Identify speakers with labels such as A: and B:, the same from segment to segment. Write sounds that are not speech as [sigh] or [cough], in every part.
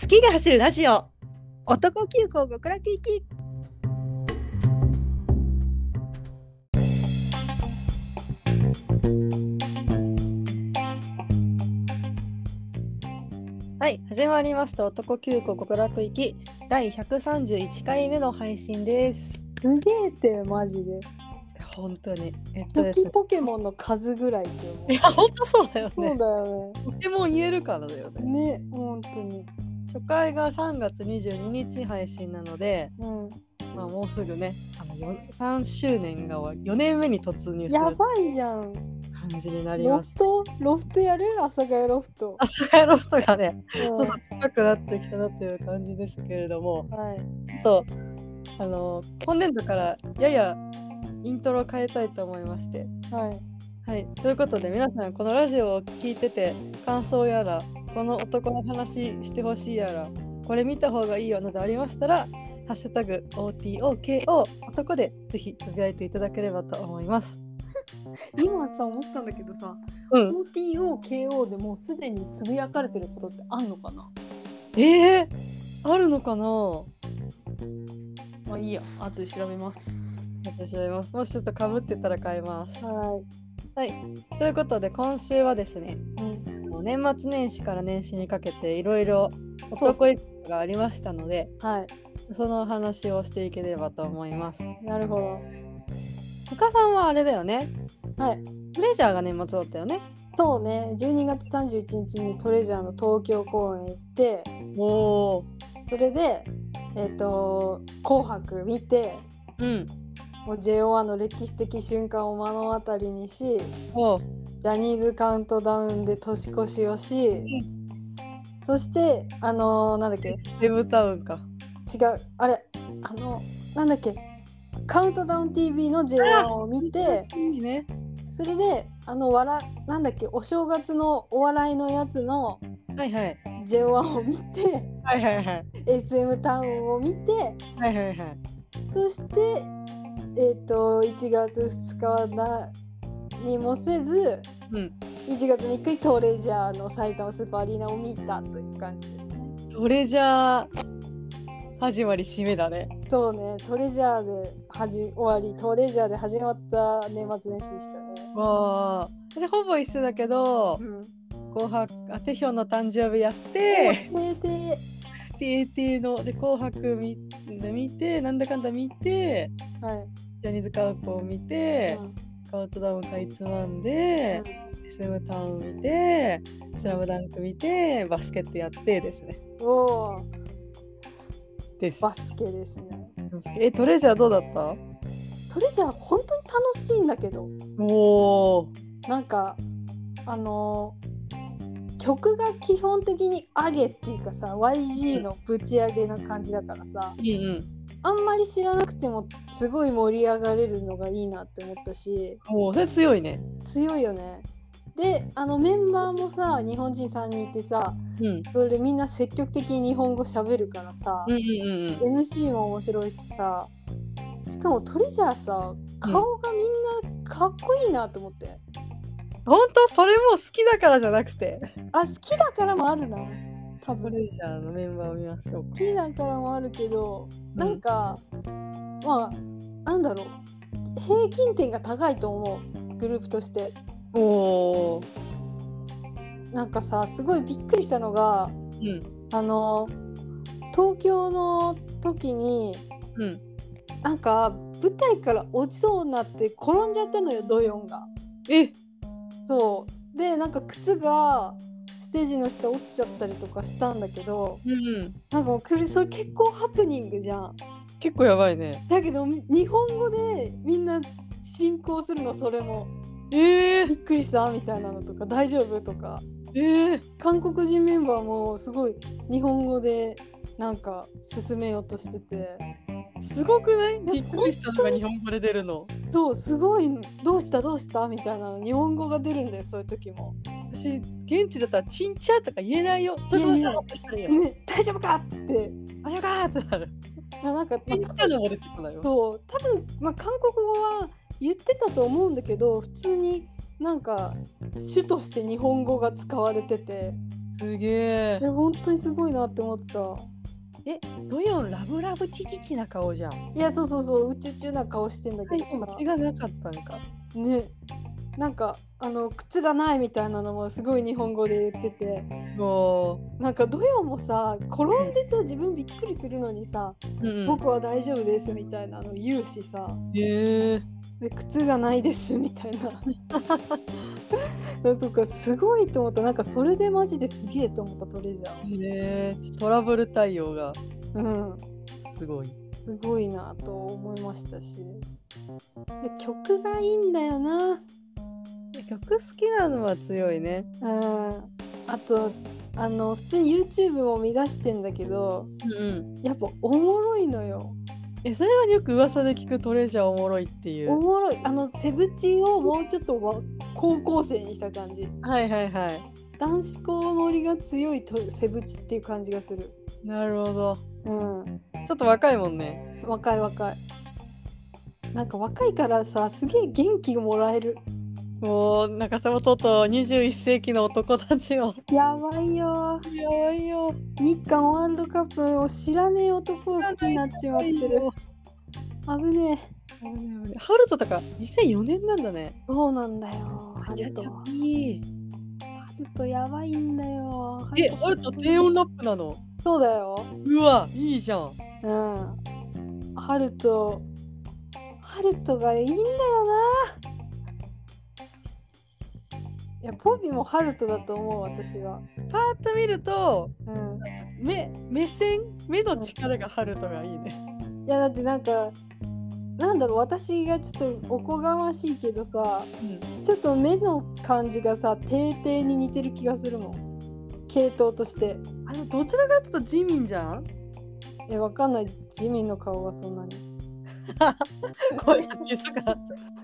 A: 好きが走るラジオ
B: 男急行極楽行き
A: はい始まりました男9個極楽行き第131回目の配信です
B: すげえってマジで
A: 本当にえっと
B: ポ
A: で
B: キ
A: すね
B: ポケモンの数ぐらいって思う
A: いや本当そうだよ
B: そう
A: ね
B: だよ
A: ポケモン言えるからだよね
B: ねね本当に
A: 初回が3月22日配信なので
B: うん
A: まあもうすぐねあのよ3周年が終わ4年目に突入す
B: や
A: る
B: ばいじゃん
A: 感じになり
B: ロ
A: ます
B: フトロフトやる阿佐ヶ谷ロフト
A: 阿佐ヶ谷ロフトがね、
B: う
A: そうんそう近くなってきたなという感じですけれども、
B: はい
A: ちょっとあの今年度からややイントロを変えたいと思いまして。
B: はい
A: はい、ということで皆さんこのラジオを聞いてて感想やらこの男の話してほしいやらこれ見た方がいいよなどありましたら「ハッシュタグ #OTOKO 男」でぜひつぶやいていただければと思います。
B: 今さ思ったんだけどさ
A: うん、
B: OTOKO でもうすでにつぶやかれてることってあんのかな
A: えー、あるのかな
B: まあいいや後で調べます
A: 私はいます。もしちょっとかぶってたら変えます。
B: は
A: はい、ということで今週はですね
B: い、うん、
A: もう年末年始から年始にかけていろいろ
B: そう
A: 男エピソードがありましたので
B: は
A: そのお話をしていければと思います。
B: いなるほど
A: ゆかさんはあれだよね。
B: はい。
A: プレジャーが年末だったよね。
B: そうね12月31日にトレジャーの東京公演行って
A: おお。
B: それでえっ、と「紅白」見て
A: うん。
B: もう JO1 の歴史的瞬間を目の当たりにしジ
A: おう
B: ャニーズカウントダウンで年越しをしそしてあのー、なんだっけ違
A: セブタウンか。
B: うあれあのなんだっけカウントダウン TV の JO1 を見て
A: いいね。
B: それであのわらなんだっけお正月のお笑いのやつの
A: はいはい。
B: JO1 を見て。
A: はいはいはい。
B: SM タウンを見て
A: はいはいはい。
B: そしてえっ、と1月2日は何もせず、
A: うん
B: 1月3日にトレジャーの埼玉スーパーアリーナを見たという感じですね。
A: トレジャー。始まり締めだね。
B: そうねトレジャーで始終わりトレジャーで始まった年末年始でしたね。
A: わあ。私ほぼ一緒だけど、紅白、あてひょんの誕生日やって。
B: もう定
A: 定定ので「紅白見」見てなんだかんだ見て
B: 々はい、
A: ジャニーズカウントを見て、
B: うん
A: カウントダウンかいつまんで、SM タウン見て「スラムダンク見てバスケットやってですね
B: おー
A: です
B: バスケですね。
A: えトレジャーどうだった
B: トレジャー本当に楽しいんだけど
A: おお
B: なんかあのー曲が基本的に「上げ」っていうかさ YG のぶち上げな感じだからさ
A: うんうん
B: あんまり知らなくてもすごい盛り上がれるのがいいなって思ったし
A: もうそれ強いね
B: 強いよね。であのメンバーもさ日本人3人いてさ
A: うん
B: それみんな積極的に日本語喋るからさ、
A: うんうんうん
B: MC も面白いしさしかもトレジャーさ顔がみんなかっこいいなと思って、
A: 本当それも好きだからじゃなくて
B: あ好きだからもあるな
A: ト
B: 多分
A: レジャーのメンバーを見ましょう
B: 好きだからもあるけどなんか、まあなんだろう平均点が高いと思うグループとして
A: おお
B: なんかさすごいびっくりしたの
A: う
B: が
A: ん
B: あの東京の時に
A: うん
B: なんか舞台から落ちそうになって転んじゃったのよドヨンが。
A: え
B: そうでなんか靴がステージの下落ちちゃったりとかしたんだけど
A: うん
B: なんかもうくるそれ結構ハプニングじゃん。
A: 結構やばいね
B: だけどみ日本語でみんな進行するのそれも
A: え
B: び
A: ー、
B: っくりしたみたいなのとか大丈夫とか
A: えー、
B: 韓国人メンバーもすごい日本語でなんか進めようとしてて
A: すごくない
B: や
A: びっくりしたのが日本語で出るの
B: そうすごいどうしたどうしたみたいなの日本語が出るんだよそういう時も。
A: 私現地だったらチンチャとか言えないよどうしたのってなるよ
B: ね、大丈夫かっつって
A: あれかーってなる
B: ななんか、
A: チ
B: ま
A: ンチ
B: あ
A: ャのも出てこないよ
B: そう多分、まあ、韓国語は言ってたと思うんだけど普通になんか主として日本語が使われてて。
A: すげえ
B: え本当にすごいなって思ってた
A: ドヨンラブラブチチチな顔じゃん
B: いやそうそうそう宇宙中な顔してんだけどさ、
A: 口がなかったんか
B: ねなんかあの靴がないみたいなのもすごい日本語で言ってて
A: も
B: なんかドヨンもさ転んでさ自分びっくりするのにさ
A: う、
B: 「
A: うん
B: 僕は大丈夫です」みたいなの言うしさ
A: へえ
B: で靴がないですみたいな [laughs] なんとかすごいと思ったなんかそれでマジですげえと思ったトレジャ
A: いいねトラブル対応が
B: ーうん
A: すごい
B: すごいなと思いましたしで曲がいいんだよな
A: 曲好きなのは強いね
B: うんあとあの普通に YouTube も見出してんだけど
A: うん
B: やっぱおもろいのよ
A: えそれはよく噂で聞くトレジャーおもろいってい
B: お
A: う
B: もろいあのセブチをもうちょっとわ高校生にした感じ
A: はいはいはい
B: 男子校ノリが強いとセブチっていう感じがする
A: なるほど
B: うん
A: ちょっと若いもんね
B: 若い若いなんか若いからさすげえ元気もらえる
A: もう中澤とうとう21世紀の男たちを
B: やばいよ
A: やばいよ
B: 日韓ワールドカップを知らねえ男を好きになっちまってる危ね
A: ハルトとか2004年なんだね
B: えそうなんだよハルトハ
A: いい
B: ルトやばいんだよ
A: えハルト低音ラップなの
B: そうだよ
A: うわいいじゃん
B: うんハルトハルトがいいんだよないやポビもハルトだと思う私は
A: パーッと見ると
B: うん
A: 目目線目の力がハルトがいいね
B: いやだってなんかなんだろう私がちょっとおこがましいけどさちょっと目の感じがさ定々に似てる気がするもん系統として
A: あのどちらかというとジミンじゃん [laughs]
B: えわかんない地味の顔はそんなに
A: 声が小さくなっ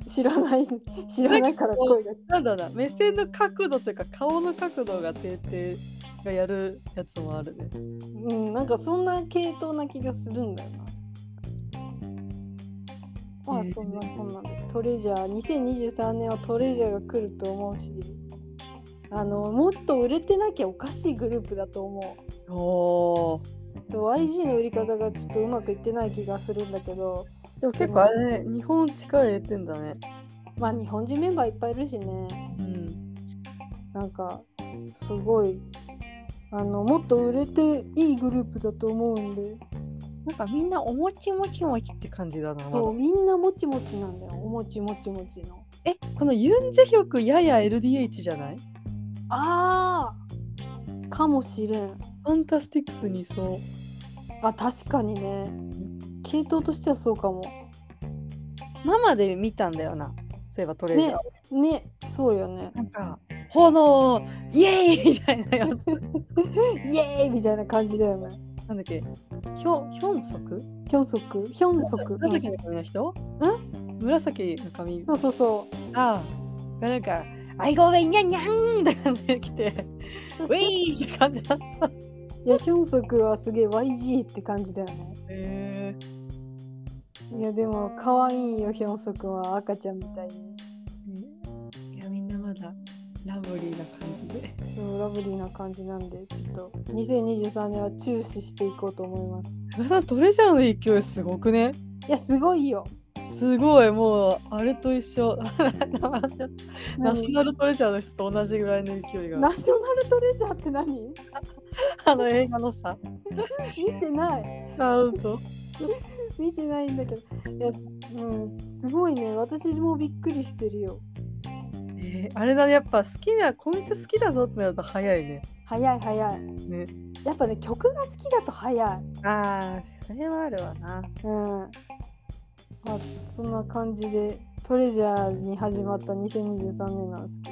B: 知らない知らないから声が
A: たなんだろうな目線の角度というか顔の角度が定々がやるやつもあるね
B: うんなんかそんな系統な気がするんだよなまあ
A: えー
B: そんなこんなんでトレジャー2023年はトレジャーが来ると思うしあのもっと売れてなきゃおかしいグループだと思う
A: おー
B: と YG の売り方がちょっとうまくいってない気がするんだけど
A: でも結構あれね日本力入れてんだね
B: まあ日本人メンバーいっぱいいるしね
A: うん
B: なんかすごいあのもっと売れていいグループだと思うんで
A: なんかみんなおもちもちもちって感じだなまだ
B: そうみんなもちもちなんだよおもちもちもちの
A: えこのユン・ジェヒョクやや LDH じゃない
B: あーかもしれん
A: ファンタスティックスにそう
B: あ確かにね系統としてはそうかも
A: ママで見たんだよなそういえばトレーダー、
B: ねねそうよね
A: なんか炎イエーイみたいなやつ
B: イエーイみたいな感じだよね
A: なんだっけヒョヒョンソク
B: ヒョンソクヒョンソク、うん
A: 紫の髪の人紫の髪
B: そうそうそう
A: ああがなんか「アイゴーウェイニャンニャン!」って感じで来 [laughs] て「ウェイ!」って感じだった
B: いやヒョンソクはすげえ YG って感じだよね
A: へえ
B: いやでも可愛いよヒョンソクは赤ちゃんみたいに
A: いやみんなまだラブリーな感じで
B: そうラブリーな感じなんでちょっと2023年は注視していこうと思います
A: 高田さんトレジャーの勢いすごくね
B: いやすごいよ
A: すごいもうあれと一 [laughs] 緒ナショナルトレジャーの人と同じぐらいの勢い
B: 何ナ
A: が
B: ショナルトレジャーって何
A: あの映画のさ
B: 見てない
A: アウト
B: 見てないんだけどいやうんすごいね私もびっくりしてるよ
A: えーあれだねやっぱ好きなこの人好きだぞってなると早いね
B: 早い早い
A: ね
B: やっぱね曲が好きだと早い
A: ああそれはあるわな
B: うんまあそんな感じでトレジャーに始まった2023年なんですけ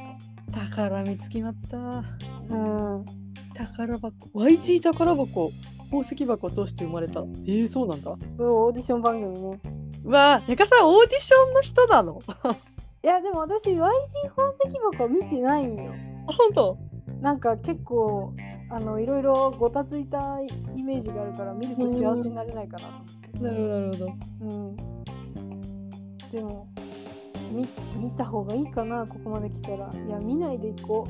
B: ど
A: 宝見つきまった
B: うん、
A: 宝箱 YG 宝箱宝石箱を通して生まれたえー、そうなんだ
B: そうオーディション番組ね。
A: うわあ中さんオーディションの人なの [laughs]
B: いやでも私 YG 宝石箱見てないんよ。
A: あ本当
B: なんか結構あのいろいろごたついたイメージがあるから見ると幸せになれないかなと
A: なるほどなるほど
B: 思って。うん。でも見見た方がいいかなここまで来たら。いや見ないでいこ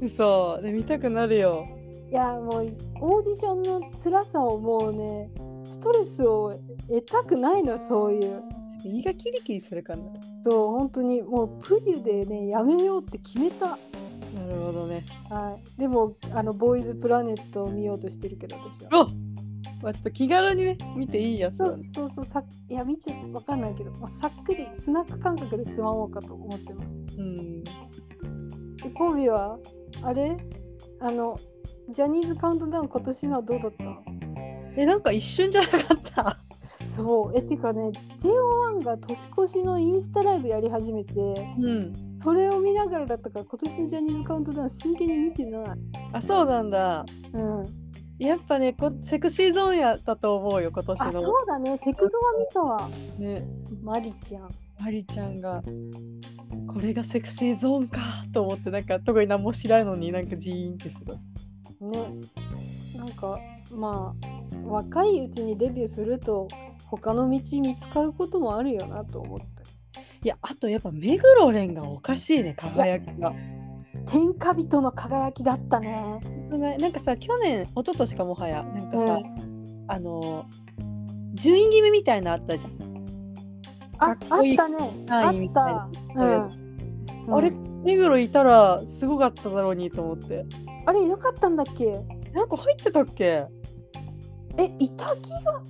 A: 嘘で見たくなるよ
B: う。やもうオーディションの辛さをもうねストレスを得たくないのそういう
A: 胃がキリキリするからな。
B: そう本当にもうプデュでねやめようって決めた、
A: なるほどね。
B: はい、でもあのボーイズプラネットを見ようとしてるけど私は
A: おまあちょっと気軽にね、見ていいやつ
B: そ
A: だ
B: う
A: ね。
B: そうそうさいや見ちゃわかんないけど、まあ、さっくりスナック感覚でつまもうかと思ってます
A: うん。
B: えコービーはあれあのジャニーズカウントダウン今年のはどうだった
A: え、なんか一瞬じゃなかった。 [laughs]
B: そうえてかね JO1 が年越しのインスタライブやり始めて
A: うん。
B: それを見ながらだったから今年のジャニーズカウントダウン真剣に見てない
A: あ、そうなんだ。
B: うん
A: やっぱね、こセクシーゾーンやったと思うよ、今年
B: あ
A: の。
B: そうだねセクゾは見たわ
A: ね、
B: マリちゃん
A: マリちゃんが。これがセクシーゾーンかと思って、なんか特に何も知らんのに、なんかジーンってしてた。
B: ねなんかまあ若いうちにデビューすると他の道見つかることもあるよなと思って
A: いや、あとやっぱ目黒蓮がおかしいね、輝きが。
B: 天下人の輝きだったね
A: ないなんかさ去年一昨年かもはやなんかさ、
B: う
A: あの順位決めみたいなのあったじゃん、
B: あ
A: か
B: あ
A: っ
B: っ
A: こいい
B: たねあ
A: 単位み
B: った
A: いな
B: たうんうん
A: あれ目黒いたらすごかっただろうにと思って
B: あれいなかったんだっけ
A: なんか入ってたっけ
B: えいた気が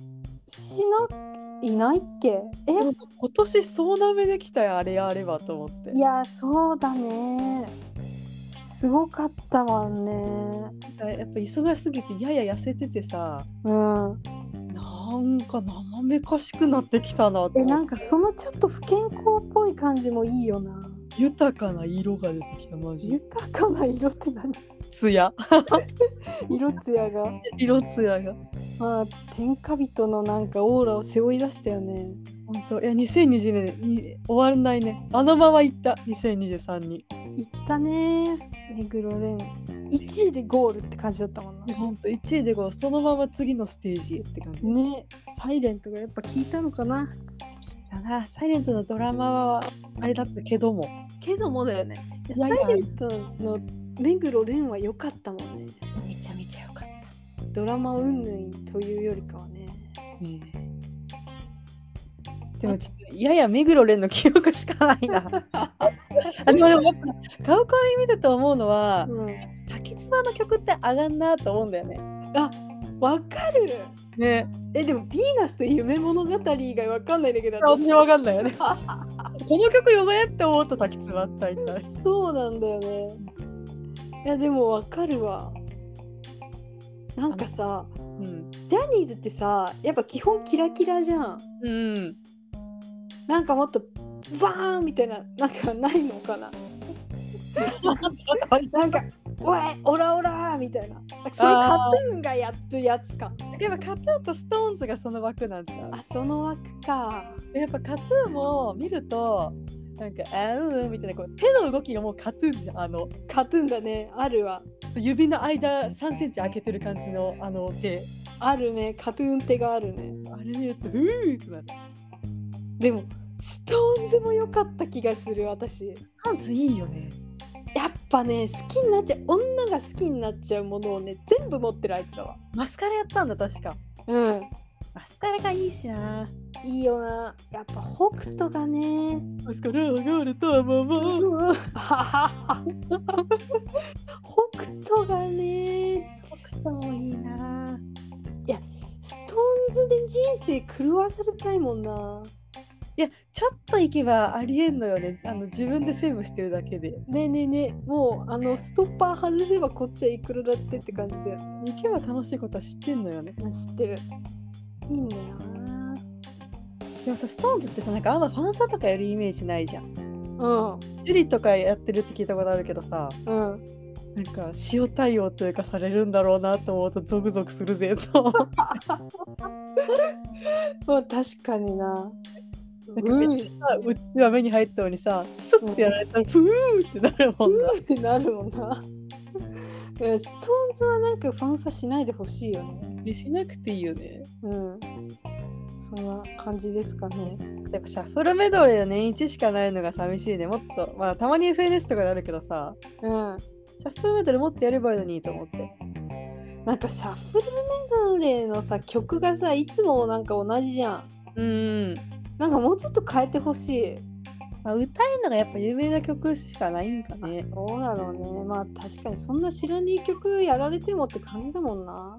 B: しないないっけえ
A: 今年そうな目できたよあれやあればと思って
B: いやそうだねすごかったわね
A: やっぱ忙しすぎてやや痩せててさ
B: うん
A: なんか生めかしくなってきたなって
B: えなんかそのちょっと不健康っぽい感じもいいよな
A: 豊かな色が出てきたマジ
B: 豊かな色って何
A: ツ [laughs] ヤ
B: 色艶が
A: 色ツヤが
B: まあ天下人のなんかオーラを背負い出したよね
A: 本当いや2020年に終わらないねあのままいった2023に
B: いったね目黒蓮1位でゴールって感じだったもんな
A: 本当1位でこうそのまま次のステージへって感じ
B: ねサイレントがやっぱ効いたのかな
A: だなサイレントのドラマはあれだったけども
B: けどもだよね
A: いや
B: サイレントの目黒蓮は良かったもんね
A: めちゃめちゃ良かった
B: ドラマ云々というよりかはね
A: ねえでもちょっとやや目黒蓮の記憶しか [laughs] ないなあでもでもやっぱ顔顔見てて思うのは
B: うん
A: 滝つばの曲って上がんなと思うんだよね
B: わかる
A: ね
B: えでも「ヴィーナスと夢物語」以外わかんないんだけど
A: [laughs] 私分かんないよね [laughs] この曲読めって思った滝つば大体
B: そうなんだよねいやでもわかるわなんかさ
A: うん
B: ジャニーズってさやっぱ基本キラキラじゃん
A: [laughs] うん
B: なんかもっとバーンみたいななんかないのかななんか「おいオラオラ!」みたいなそれカ
A: あー
B: トゥーンがやっとやつか
A: やっぱカトゥーンとストーンズがその枠なんちゃう
B: あその枠か
A: やっぱカトゥーンも見るとなんかあーうんみたいなこう手の動きがもうカトゥーンじゃんあの
B: カトゥーンだねあるわ
A: そう指の間3センチ開けてる感じのあの手
B: あるねカトゥーン手があるね
A: あれ見るとうーってなる
B: でもストーンズも良かった気がする私
A: パンツいいよね
B: やっぱね好きになっちゃう女が好きになっちゃうものをね全部持ってるあいつらは
A: マスカラやったんだ確か
B: うん
A: マスカラがいいしない
B: いよなやっぱ北斗がね
A: マスカラがあるとママ
B: うう北斗がね
A: そういいな
B: ストーンズで人生狂わされたいもんない
A: やちょっと行けばありえんのよねあの自分でセーブしてるだけで
B: ねえねえねえもうあのストッパー外せばこっちはいくらだってって感じで
A: 行けば楽しいことは知ってんのよね
B: 知ってるいいんだよな
A: でもさ、ストーンズってさ、なんかあんまファンサとかやるイメージないじゃん。
B: うん
A: ジュリとかやってるって聞いたことあるけどさ、
B: うん
A: なんか塩対応というかされるんだろうなと思うとゾクゾクするぜと。
B: まあ確かに
A: なん
B: な
A: か
B: うん
A: めっちゃうちは目に入ったのにさ、スッてやられたらふーってなるもんな。
B: うーってなるもんな。うんストーンズはなんかファンサしないでほしいよね。
A: しなくていいよね。
B: うん。そんな感じですかね。
A: やっぱシャッフルメドレーの年一しかないのが寂しいね。もっと、まあたまに FNS とかであるけどさ、
B: うん。
A: シャッフルメドレーもっとやればいいのにと思って。
B: なんかシャッフルメドレーのさ曲がさいつもなんか同じじゃん
A: うん
B: なんかもうちょっと変えてほしい、
A: まあ、歌えるのがやっぱ有名な曲しかないんか
B: まあ
A: ね。
B: そうだろうねまあ確かにそんな知らねえ曲やられてもって感じだもんな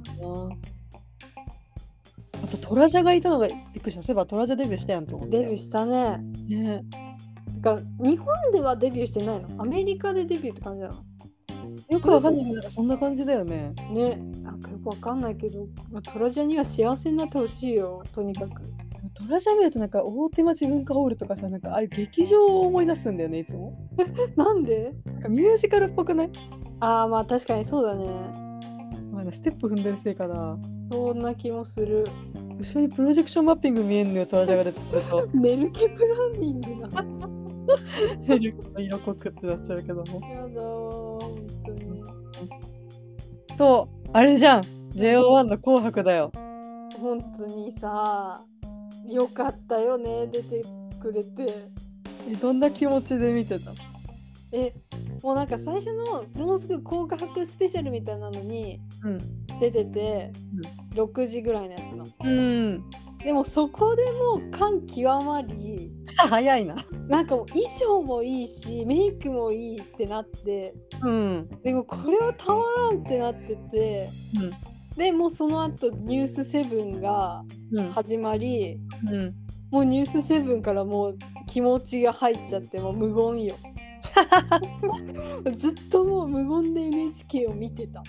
A: あとトラジャがいたのがびっくりした。そういえばトラジャデビューしたやんと思って。
B: デビューしたね
A: ね
B: てか日本ではデビューしてないのアメリカでデビューって感じなの
A: よくわかんないけどなんかそんな感じだよね。
B: ねなんかよくわかんないけど、まあ、トラジャには幸せになってほしいよとにかく [laughs]
A: トラジャ見るとなんか大手町文化ホールとかさなんかああいう劇場を思い出すんだよねいつも。
B: なんで
A: なんかミュージカルっぽくない？
B: ああまあ確かにそうだね
A: まあ、ステップ踏んでるせいかな。
B: そんな気もする
A: 後ろにプロジェクションマッピング見えんのよトラジャが出てくると
B: メルケプランニングなの
A: ヘリの [laughs] 色濃くってなっちゃうけども。
B: やだー本当に
A: とあれじゃん JO1 の紅白だよ。
B: 本当にさよかったよね出てくれて
A: えどんな気持ちで見てた？
B: えもうなんか最初のもうすぐ紅白スペシャルみたいなのに
A: うん
B: 出てて、6時ぐらいのやつの
A: うん。
B: でもそこでもう感極まり
A: 早いな。
B: なんかもう衣装もいいしメイクもいいってなって
A: うん。
B: でもこれはたまらんってなってて、
A: うん
B: でもうその後ニュースセブンが
A: うん。
B: 始まり、
A: うん。
B: もうニュースセブンからもう気持ちが入っちゃってもう無言よ [laughs] ずっともう無言で NHK を見てた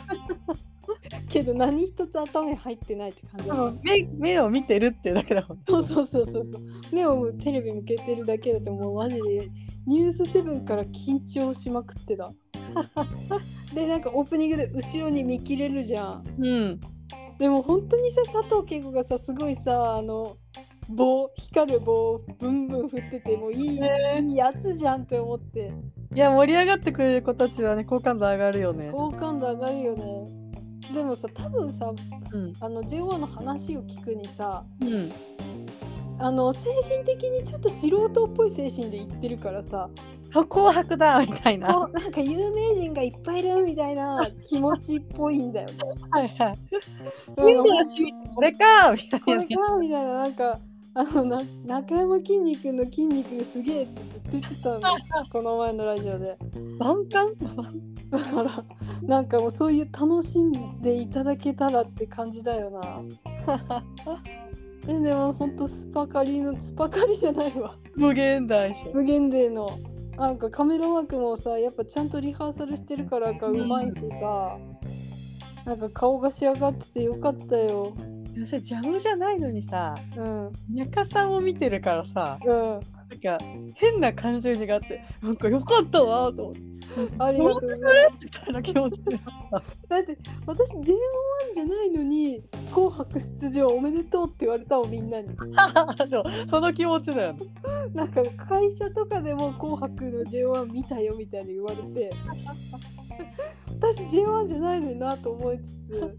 B: [laughs] けど何一つ頭に入ってないって感じだった
A: 目目を見てるってだけだもん。
B: そうそうそうそうそう目をテレビ向けてるだけだってもうマジでニュースセブンから緊張しまくってた [laughs] でなんかオープニングで後ろに見切れるじゃん
A: うん。
B: でも本当にさ佐藤恵子がさすごいさあの棒光る棒をブンブン振っててもういい,、いいやつじゃんって思って
A: いや盛り上がってくれる子たちはね好感度上がるよね。
B: 好感度上がるよねでもさ多分さ
A: うん。
B: あの JO1 の話を聞くにさ
A: うん。
B: あの精神的にちょっと素人っぽい精神で言ってるからさ
A: 紅白だみたいな。
B: こうなんか有名人がいっぱいいるみたいな気持ちっぽい
A: [laughs]
B: んだよね。
A: はいはい。
B: うん
A: 忍者の趣味これかみた
B: こ
A: い
B: れ
A: な。
B: かみたいななんかあのな中山きんに君の筋肉すげえってずっと言って [laughs] たのこの前のラジオで
A: 万感？
B: だからなんかもうそういう楽しんでいただけたらって感じだよ [laughs] なえでもほんとスパカリのスパカリじゃないわ
A: 無限大師。
B: 無限デーのなんかカメラワークもさやっぱちゃんとリハーサルしてるからかうまいしさ、なんか顔が仕上がっててよかったよ
A: いやそれジャムじゃないのにさ、
B: うん
A: にゃかさんを見てるからさ、
B: うん
A: なんか変な感情にがあって、なんか良かったわと思って。
B: ありがとうございます
A: みたいな気 [laughs] 持ちで。
B: だって私 J1 じゃないのに「紅白」出場おめでとうって言われたもんみんなに
A: でもその気持ちだよね。
B: なんか会社とかでも「紅白」の J1 見たよみたいに言われて私 J1 じゃないのになと思いつつ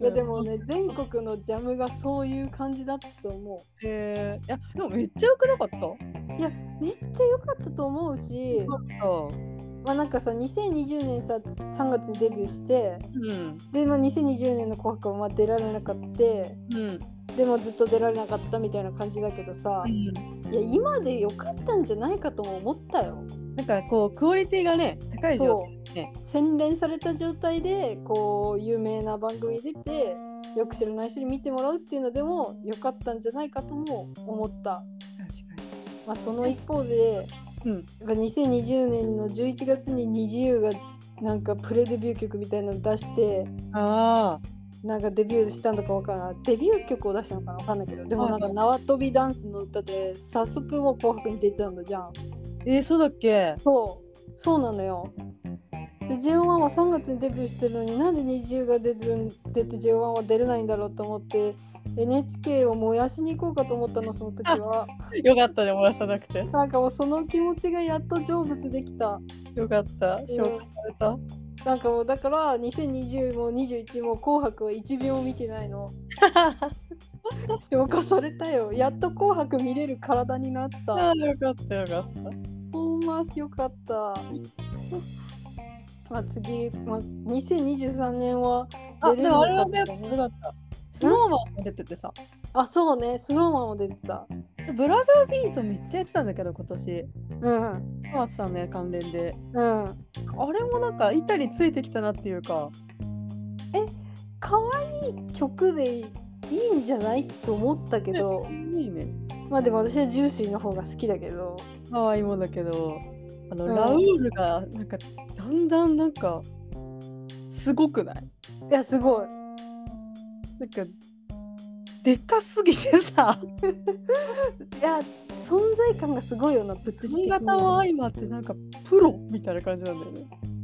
B: いやでもね全国のジャムがそういう感じだったと思
A: えー、いやでもめっちゃ良くなかった。
B: うめっちゃ良かったと思うし、
A: う
B: まあ、なんかさ2020年さ3月にデビューして
A: ん
B: で、まあ、2020年の「紅白」はまあ出られなかった。
A: うん
B: でもずっと出られなかったみたいな感じだけどさ、いや今でよかったんじゃないかとも思ったよ。
A: なんかこうクオリティがね高い状
B: そう、
A: ね
B: 洗練された状態でこう有名な番組出てよく知らない人に見てもらうっていうのでもよかったんじゃないかとも思った。
A: 態確か
B: まあ、その一方で、
A: うん
B: やっぱ2020年の11月に NiziU がなんかプレデビュー曲みたいなの出して
A: にああ
B: なんかデビューしたのかわからないデビュー曲を出したのかなわかんないけどでもなんか
A: はい
B: 縄跳びダンスの歌で早速もう「紅白」に出てたんだじゃん。
A: えー、そうだっけ
B: そうそうなのよで JO1 は3月にデビューしてるのになんで NiziU が出てるん出て JO1 は出れないんだろうと思って NHK を燃やしに行こうかと思ったのその時は
A: よかったね漏らさなくて
B: なんかもうその気持ちがやっと成仏できた
A: よかった消化された、
B: なんかもうだから2020も21も「紅白」は1秒も見てないの消化されたよやっと「紅白」見れる体になった
A: ああよかったよかった
B: パフォーマンス良かった。まあ次、まあ、2023年は
A: あ、
B: 出
A: で
B: れな
A: も
B: か
A: あ
B: っ
A: れは目
B: たね
A: 当てよかった。スノーマンも出ててさ。
B: あそうねスノーマンも出てた
A: ブラザービートめっちゃやってたんだけど、今年。
B: うん
A: 小松さんの関連で。
B: うん
A: あれもなんか板についてきたなっていうか。
B: 可愛い曲でいいいいんじゃないと思ったけど
A: いいね。
B: まあでも私はジューシーの方が好きだけど
A: 可愛いもんだけど。あの、
B: うん
A: ラウールがなんかだんだんなんかすごくない
B: いやすごい
A: なんかでかすぎてさ。 [laughs]
B: いや存在感がすごいよな物理的
A: 髪
B: に
A: 型も相まってなんかプロみたいな感じなんだよね。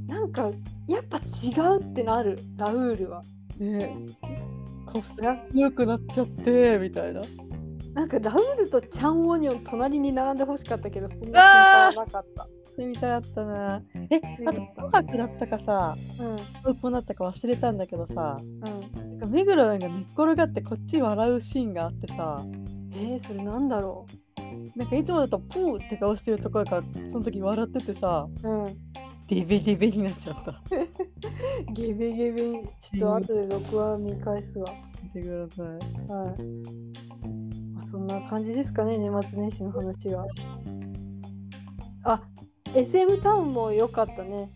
B: なんかやっぱ違うってなるラウールは
A: ね顔すごくなっちゃってみたいな。
B: なんかラウールとチャン・オニョン隣に並んでほしかったけどそんな
A: あー
B: 心配はなかった
A: みたいだったな。え、あと
B: うん
A: 紅白だったかさ、
B: うん
A: こうなったか忘れたんだけどさ、
B: うん
A: なんか目黒なんか寝っ転がってこっち笑うシーンがあってさ、
B: えー、それなんだろ
A: なんかいつもだとプーって顔してるところからその時笑っててさ、
B: ううん
A: デベデベになっちゃった。
B: ゲベゲベちょっと後で録画見返すわ
A: 見てください。
B: はい、まあ、そんな感じですかね年末年始の話はあ SM タウンも良かったね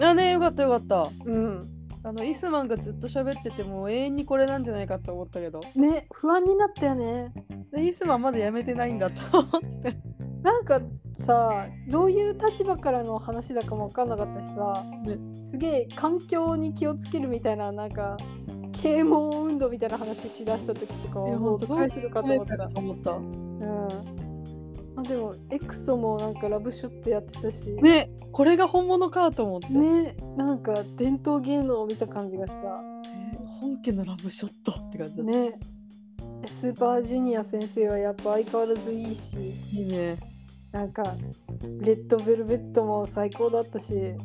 A: あねよかったよかった。
B: うん
A: あのイスマンがずっと喋っててもう永遠にこれなんじゃないかと思ったけど
B: ね不安になったよね
A: でイスマンまだやめてないんだと
B: [laughs]
A: 思って
B: なんかさどういう立場からの話だかも分かんなかったしさ、すげえ環境に気をつけるみたいななんか啓蒙運動みたいな話しだした時とかはもうどうするかと思った。
A: 思った
B: うんあでもエクソもなんかラブショットやってたしね
A: ねこれが本物かと思って、
B: なんか伝統芸能を見た感じがした
A: 本家のラブショットって感じだった、
B: ねスーパージュニア先生はやっぱ相変わらずいいし
A: いいね
B: なんかレッドベルベットも最高だったしい
A: レッ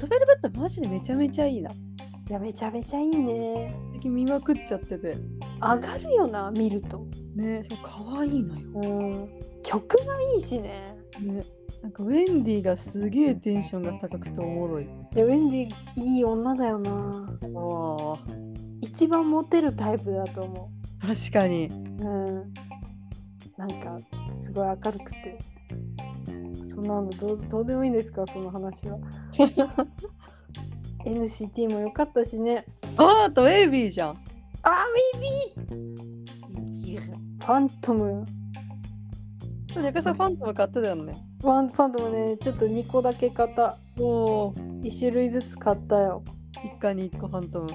A: ドベルベットマジでめちゃめちゃいいな
B: やめちゃめちゃいいね
A: 最近見まくっちゃってて
B: 上がるよな見ると、
A: ねそう可愛いのよ、
B: うん、曲がいいしね
A: ね、なんかウェンディがすげえテンションが高くておもろい
B: いやウェンディいい女だよな
A: あ
B: 一番モテるタイプだと思
A: 確かに
B: ううんなんかすごい明るくてそんなのどうどうでもいいんですかその話 [laughs] は NCT も良かったしね
A: あーあとエイビーじゃん
B: あウィファントム
A: 中さんファントム買ってたよね
B: ワンファントムねちょっと2個だけ買った
A: おお
B: 1種類ずつ買ったよ
A: 一家に一個ファントム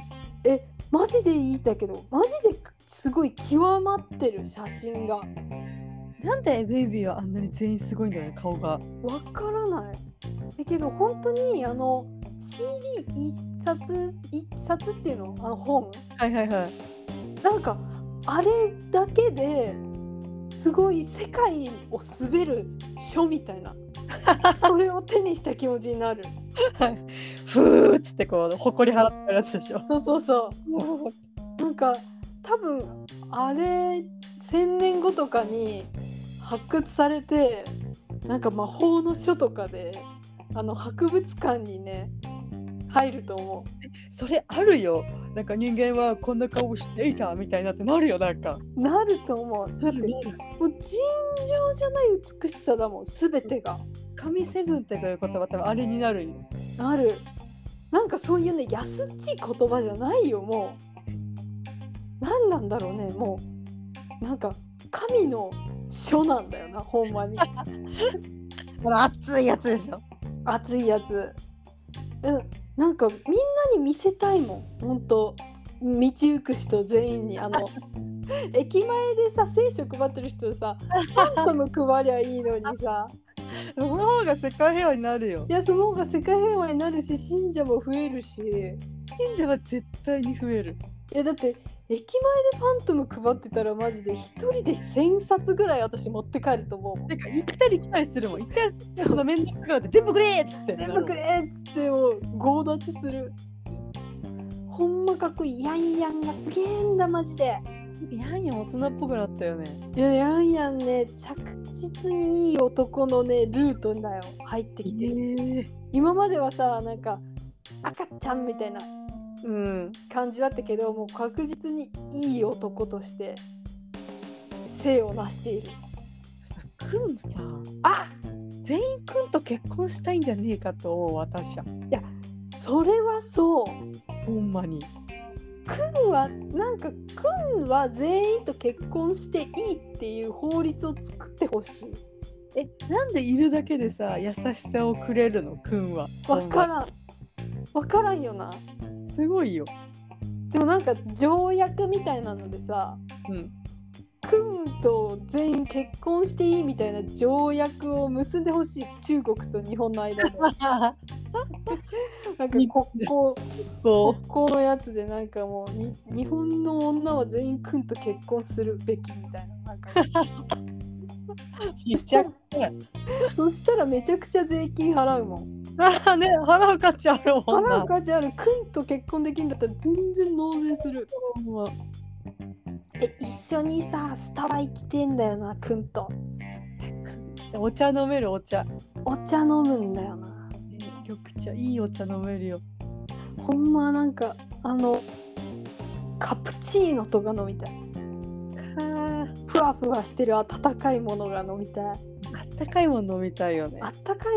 B: えマジでいいんだけどマジですごい極まってる写真が
A: なんでベイビーはあんなに全員すごいんだよね顔が
B: わからないだけど本当にあの CD 一冊一冊っていうのあの本
A: はいはいはい
B: なんかあれだけですごい世界を滑る書みたいなそれを手にした気持ちになる
A: ふーっつってこう誇り払ってるやつでしょ [laughs]
B: そうそうそうなんか多分あれ千年後とかに発掘されてなんか魔法の書とかであの博物館にね入ると思
A: それあるよなんか人間はこんな顔していたみたいなってなるよなんか
B: うなると思うだってもう尋常じゃない美しさだもん全てが
A: 神セブンっていう言葉多分あれになるよ
B: なるなんかそういうね安っちい言葉じゃないよもう何なんだろうねもうなんか神の書なんだよなほんまに。
A: 熱いやつでしょ
B: 熱いやつうんなんかみんなに見せたいもん本当道行く人全員にあの駅前でさ聖書配ってる人さファントム配りゃいいのにさ
A: その方が世界平和になるよ
B: いやその方が世界平和になるし信者も増えるしい
A: 信者は絶対に増える
B: やだって駅前でファントム配ってたらマジで一人で1,000冊ぐらい私持って帰ると思うもん
A: なんか行ったり来たりするもん行ったり来たりその面倒くさくなって全部くれーっつって
B: 全部くれーっつってもう強奪するほんまかっこいいヤンヤンがすげえんだマジで
A: やんやん大人っぽくなったよね
B: いやヤンヤンね着実にいい男のねルートだよ入ってきてる、
A: え
B: 今まではさなんか赤ちゃんみたいな
A: うん
B: 感じだったけどもう確実にいい男として性を成している
A: さくんさ
B: あ
A: 全員くんと結婚したいんじゃねえかと思う私は
B: それはそう
A: ほんまに
B: くんはなんかくんは全員と結婚していいっていう法律を作ってほしい
A: えなんでいるだけでさ優しさをくれるのくんは
B: わからんわからんよな
A: すご [laughs] いよ
B: でもなんか条約みたいなのでさ
A: うん
B: くんと全員結婚していいみたいな条約を結んでほしい中国と日本の間
A: [laughs]
B: でなんか
A: 日
B: ここ
A: こ
B: ここのやつでなんかもうに日本の女は全員くんと結婚するべきみたいななん
A: [laughs]
B: か
A: う必着
B: そしたらめちゃくちゃ税金払うもん
A: ああね払う価値あるもん
B: 払
A: な
B: う価値あるくんと結婚できるんだったら全然納税する
A: もう
B: え一緒にさスタバ行きてんだよなくんと
A: お茶飲めるお茶
B: お茶飲むんだよな
A: ね緑茶いいお茶飲めるよ
B: ほんまなんかあのカプチーノとか飲みたい
A: あ
B: ふわふわしてる温かいものが飲みたい
A: あったかいもの飲みたいよね
B: あったかい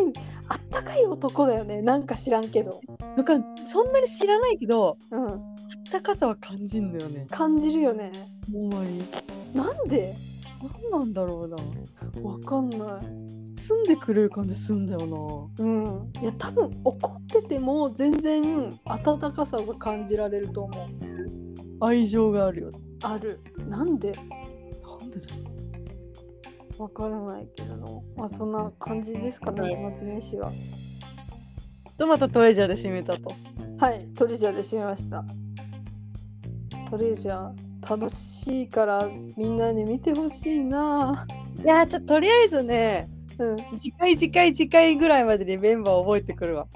B: あったかい男だよねなんか知らんけど
A: なんかそんなに知らないけど
B: うん
A: あったかさは感じんだよね
B: 感じるよね
A: ほんまに
B: なんで
A: 何なんだろうな
B: わかんない
A: 住んでくれる感じすんだよ
B: うんいや多分怒ってても全然温かさが感じられると思う
A: な愛情があるよ
B: あるなんで
A: なんでだろ
B: わからないけれどまあそんな感じですかね年末年始は
A: うとまたトレジャーで締めたと
B: はい、トレジャーで締めました。トレジャー楽しいからみんなに見てほしいな。
A: いやーちょっととりあえずね
B: うん、
A: 次回次回次回ぐらいまでにメンバー覚えてくるわ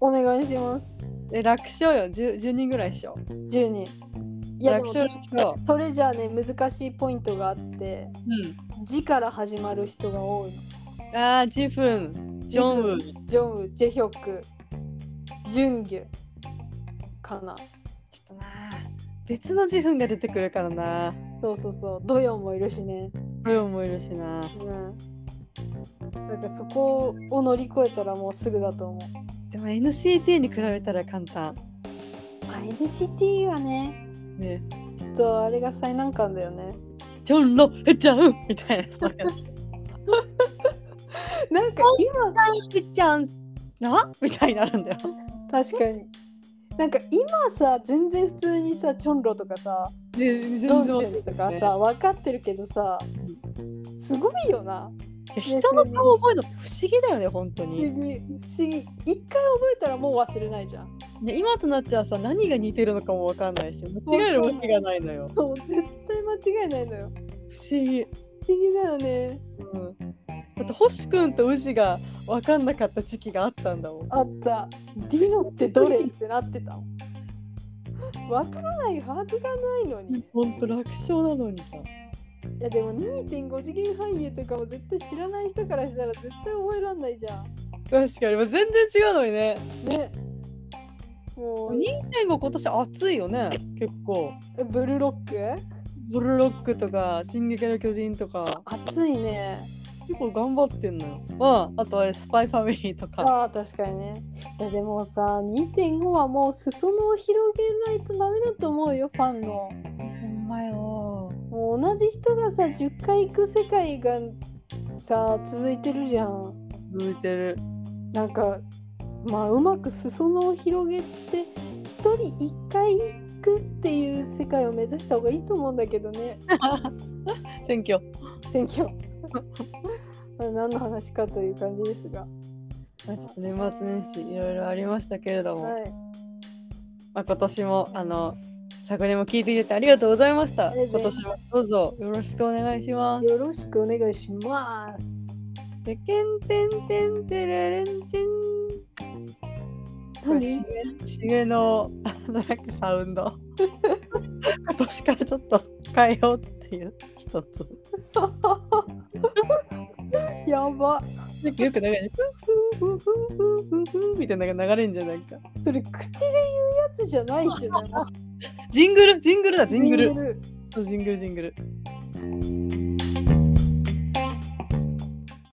B: おお願いします。
A: え楽勝よ 10, 10人ぐらいっしょ
B: 10人。いやで
A: 楽
B: も
A: 勝楽勝
B: トレジャーね難しいポイントがあって字から始まる人が多い
A: う
B: の。
A: んあージフンジョンウン
B: ジョンウ、ジェヒョク、ジュンギュかな。
A: ちょっとな別のジフンが出てくるからな
B: そうそうそう、ドヨンもいるしね。
A: そういう思いるしな
B: うん。だからそこを乗り越えたらもうすぐだと思う。
A: でも NCT に比べたら簡単
B: まあ NCT はね
A: ね
B: ちょっとあれが最難関だ
A: [laughs]
B: よね。
A: ジョンロヘッチャウンみたいなそういうの
B: なんか今
A: ヘッチャンなみたいになるんだよ
B: 確かに。なんか今さ全然普通にさチョンロとかさ
A: ね全
B: ドンチ
A: わ
B: ュンとか
A: ね
B: さ分かってるけどさすごいよな。
A: いや人の顔覚えるのって不思議だよね本当
B: 不思
A: に、
B: 議不思議一回覚えたらもう忘れないじゃん。
A: ね、今となっちゃさ何が似てるのかもわかんないし間違えるわけがないのよ
B: もう絶対間違いないのよ。
A: 不思議、
B: 不思議だよね。
A: うん、だって星くんとウジがわかんなかった時期があったんだもん
B: あった。ディノってどれってなってたもん。分からないはずがないのに。
A: ほんと楽勝なのにさ
B: いやでも2.5次元俳優とかも絶対知らない人からしたら絶対覚えらんないじゃん。
A: 確かにまあ全然違うのにね
B: ね。もう
A: 2.5今年暑いよね結構
B: えブルーロック
A: ブルーロックとか「進撃の巨人」とか
B: 暑いね。
A: 結構頑張ってんのよまああとあれ「スパイファミリー」とか
B: ああ確かにね。いやでもさ2.5はもう裾野を広げないとダメだと思うよファンの。
A: ほんまよ
B: もう同じ人がさ10回行く世界がさ続いてるじゃん。
A: 続いてる
B: なんかまあうまく裾野を広げて一人一回行くっていう世界を目指した方がいいと思うんだけどね。
A: 選挙
B: 天気 [laughs] を何の話かという感じですが、
A: まあちょっと年末年始いろいろありましたけれども、
B: はい、
A: まあ、今年もあの昨年も聞いてくれてありがとうございました
B: あり
A: 今
B: がとうござ
A: 年もどうぞよろしくお願いします
B: よろしくお願いします。
A: でけんてんてんてれれんてんこれ
B: 何
A: しげしげの [laughs] あのなんかサウンド [laughs] 今年からちょっと変えようっていう一つ
B: やば
A: よくよく流れる。ふんふんふんふんふんふんふんみたいなのが流れるんじゃないか。
B: それ口で言うやつじゃないしな
A: ジングル、ジングルだ、ジングル。
B: ル
A: そうジングル、ジングル。